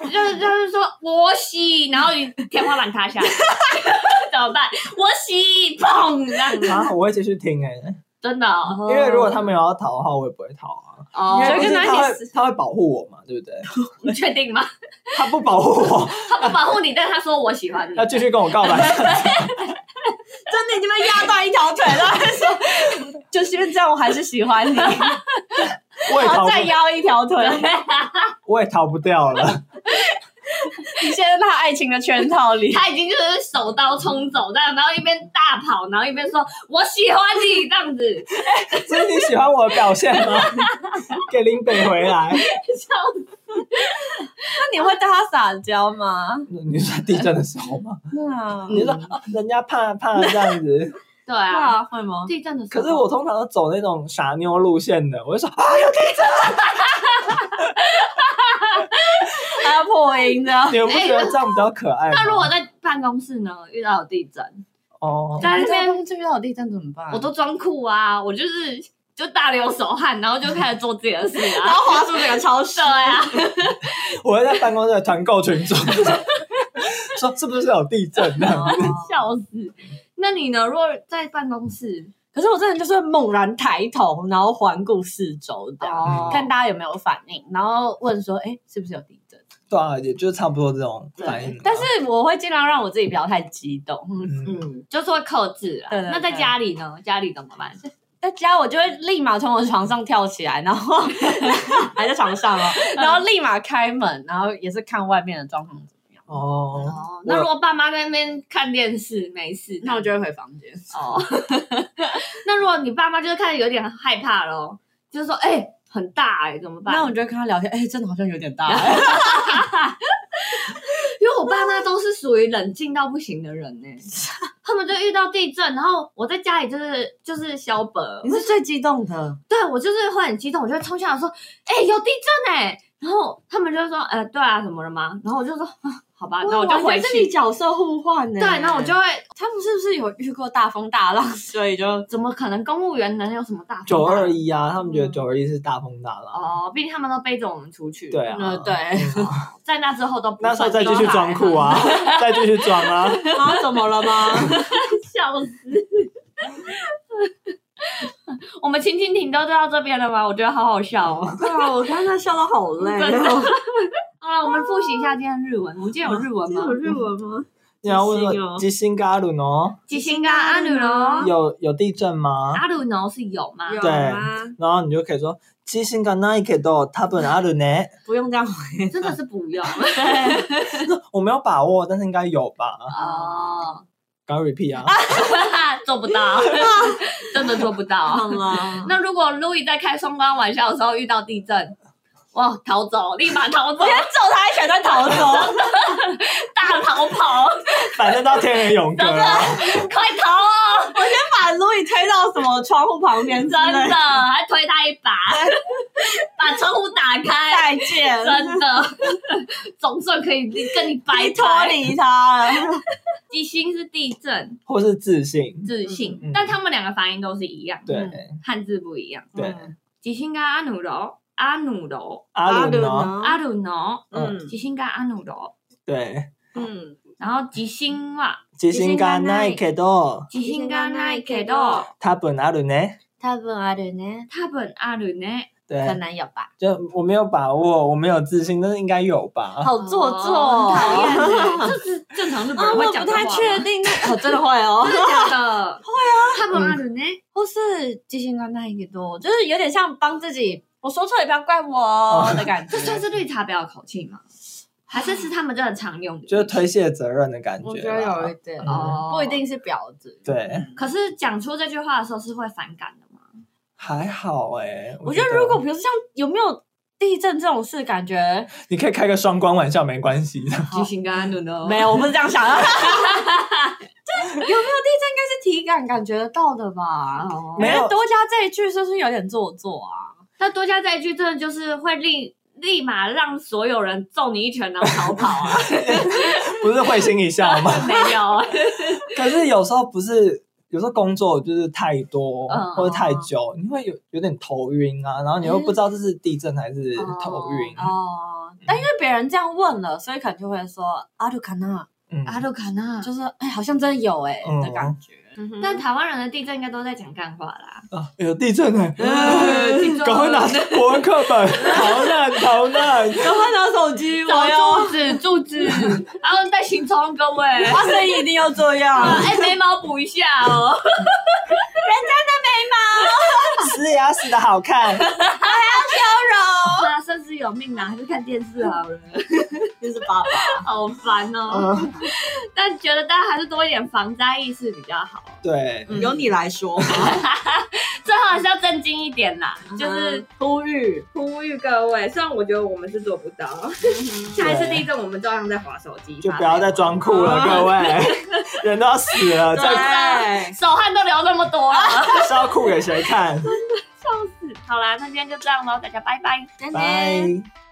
没有， <laughs> 就是就是说“我喜”，然后你天花板塌下 <laughs> 来，怎么办？“我喜”，砰，这样子，
啊，我会继续听哎、
真的哦，
因为如果他们有要逃的话，我也不会逃啊，
哦
因为
就
毕
跟
竟
他一
他
起
会他会保护我嘛，对不 <laughs> 对？
你确定吗？
他不保护我，
他不保护你，但是他说“我喜欢你
要继续跟我告白，
真的已经 <laughs> 被压断一条腿了。还说就是因为这样，我还是喜欢你。
我也
然
逃
后
不
再，邀一条腿，
我也逃不掉了。
<laughs>
<laughs>
你陷在他爱情的圈套里。
他已经就是手刀冲走这样，然后一边大跑，然后一边说我喜欢你这样子，
这是你喜欢我的表现吗？给林北回来，
那你会对他撒娇吗？嗯
你说地震的时候吗？
<laughs> 那
你说、啊人家怕怕这样子，
对啊，
啊，会吗？
地震的时
可
候，
是我通常都走那种傻妞路线的，我就说啊有地
还要破音的，
震，你们不觉得这样比较可爱吗？
哎那如果在办公室呢遇到有地震，
哦，
在那边
这遇到地震怎么办
我都装酷啊，我就是就大流手汗，然后就开始做自己的事啊，
滑出这个超市
<laughs> 对啊，
我会在办公室的团购群组 <laughs> 说是不是有地震呢？
笑死。那你呢？如果在办公室，
可是我真的就是猛然抬头，然后环顾四周这样，
哦
看大家有没有反应，然后问说，哎，是不是有地震？
对啊，也就是差不多这种反应啊。
但是我会尽量让我自己不要太激动。
嗯，
嗯，就是会克制啊。
对对对
那在家里呢？家里怎么办？
在家我就会立马从我床上跳起来，然 <laughs> 后还在床上哦，然后立马开门，然后也是看外面的状况怎么样。
哦，
哦，那如果爸妈在那边看电视没事，那我就
会回房间。
哦。 <laughs> 那如果你爸妈就是看着有点害怕咯，就是说，哎、很大哎、怎么办？
那我就跟他聊天，哎、真的好像有点 <laughs> 大、
因为我爸妈都是属于冷静到不行的人
<laughs>
呢、他们就遇到地震，然后我在家里就是就是小本，
你是最激动 <laughs> 的，
对我就是会很激动，我就会冲下来说：“哎、有地震哎、然后他们就说：“呃，对啊，怎么了吗？”然后我就说：“啊，好
哦
吧，那我就回
是你
去。
角色互换呢、
对，
嗯
那我就会
他们是不是有遇过大风大浪，所以就
怎么可能公务员能有什么大风大
九二
浪
一啊，他们觉得九二一是大风大浪。
哦，毕竟他们都背着我们出去。
对啊，
呃对，
<laughs>
在那之后都不
那时候
算
再继续装酷啊， <laughs> 再继续装啊。
啊怎么了吗？
笑死！ <laughs> 我们亲亲停都就到这边了吗？我觉得好好笑哦。
<laughs> 对啊，我刚才笑到好累哦
真的
<laughs>
好了，我们复习一下今天的日文。我们今天有日文吗？
文吗？
你要问
吉星
说
哦
吉星嘎鲁喏，
吉星跟阿鲁罗，
有有地震吗？
阿鲁罗是有吗？
有
对
吗？
然后你就可以说吉星嘎奈克多，他本阿鲁呢？
不用这样回。
真的是不
<laughs>
用
我没有把握，但是应该有吧？
哦， <laughs>
刚 repeat 啊，
做不到， <laughs> 真的做不到。
<laughs> 了，
那如果 Louis 在开双关玩笑的时候遇到地震，哇，逃走，立马逃
<laughs>
走，
揍他一拳再逃走，
大逃跑，
反正到天人永 <laughs> 隔啊。
快逃哦！
把路易推到什么窗户旁 <laughs> 边之
真
类
的，还推他一把， <laughs> 把窗户打开，
再见，
真的， <laughs> 总算可以跟你
拜
掰
托
脱你。
离他了。
地心是地震，
或是自信，
自信，
嗯嗯
但他们两个发音都是一样，
对、
汉字不一样。
对，
吉星跟阿努罗，阿努罗，
阿鲁呢？
阿努罗，
嗯
吉星跟阿努罗，
对，
嗯，
然后吉星哇，
吉星嘎奈克多，
吉星跟奈克多，
他本阿鲁呢？
他本来的呢，
他本阿鲁呢？
对，
能有吧？
就我没有把握，我没有自信，但是应该有吧？
好做
哦
作，
很讨厌欸，这是正常日本
啊，
人
我
会
不
讲的话
太
吗
确定，那我真的会哦。
真的假
<laughs>
的？会啊，他们阿鲁呢？
或哦是记性刚那一个多，就是有点像帮自己，我说错也不要怪我哦的感
<laughs>
觉
这。算是绿茶婊的口气吗？还是是他们真的常用的？
就是推卸责任的感觉吧。
点
哦
不一定是婊子。
对，
可是讲出这句话的时候是会反感的吗？
还好哎、
我觉得如果比如说像有没有地震这种事，感觉
你可以开个双关玩笑，没关系的。
吉星跟安努哦呢
哦没有，我不是这样想的。啊就是有没有地震，应该是体感感觉得到的 <laughs> 吧？
哦，
没有
感觉多加这一句，是不是有点做作啊？
那多加这一句，真的就是会立立马让所有人揍你一拳，然后逃跑啊！
不是会心一笑吗？ <laughs>
没有，
可是有时候不是，有时候工作就是太多、
嗯
或者太久，你会有有点头晕啊，然后你又不知道这是地震还是头晕。
哦，但因为别人这样问了，所以可能就会说阿鲁卡纳，
嗯，
阿鲁卡纳。
就是哎，好像真的有哎
嗯
的感觉。
但台湾人的地震应该都在讲干话啦，
啊有地震哎、
呃地震
赶快拿国文课本逃难逃难。
赶快拿手机，我
找柱
<laughs>
子柱子， <laughs> 然后在行冲各位，
花生一定要这样 <laughs>
啊哎眉毛补一下哦，
撕牙撕的好看，
有命啊，还是看电视好了，
就是爸爸。
好烦哦。
嗯，
但觉得大家还是多一点防灾意识比较好。
对，
嗯
由你来说
<laughs>
吧，
最后还是要正经一点啦，就是
呼吁
嗯呼吁嗯各位，虽然我觉得我们是做不到，下一次地震我们照样在划手机，
就不要再装酷了，各位，人都要死
<laughs>
了，再
对，
手汗都流那么多了，
<laughs> 烧酷给谁看？
笑死。好啦，那今天就这样喽，大家拜拜。
真的。
拜。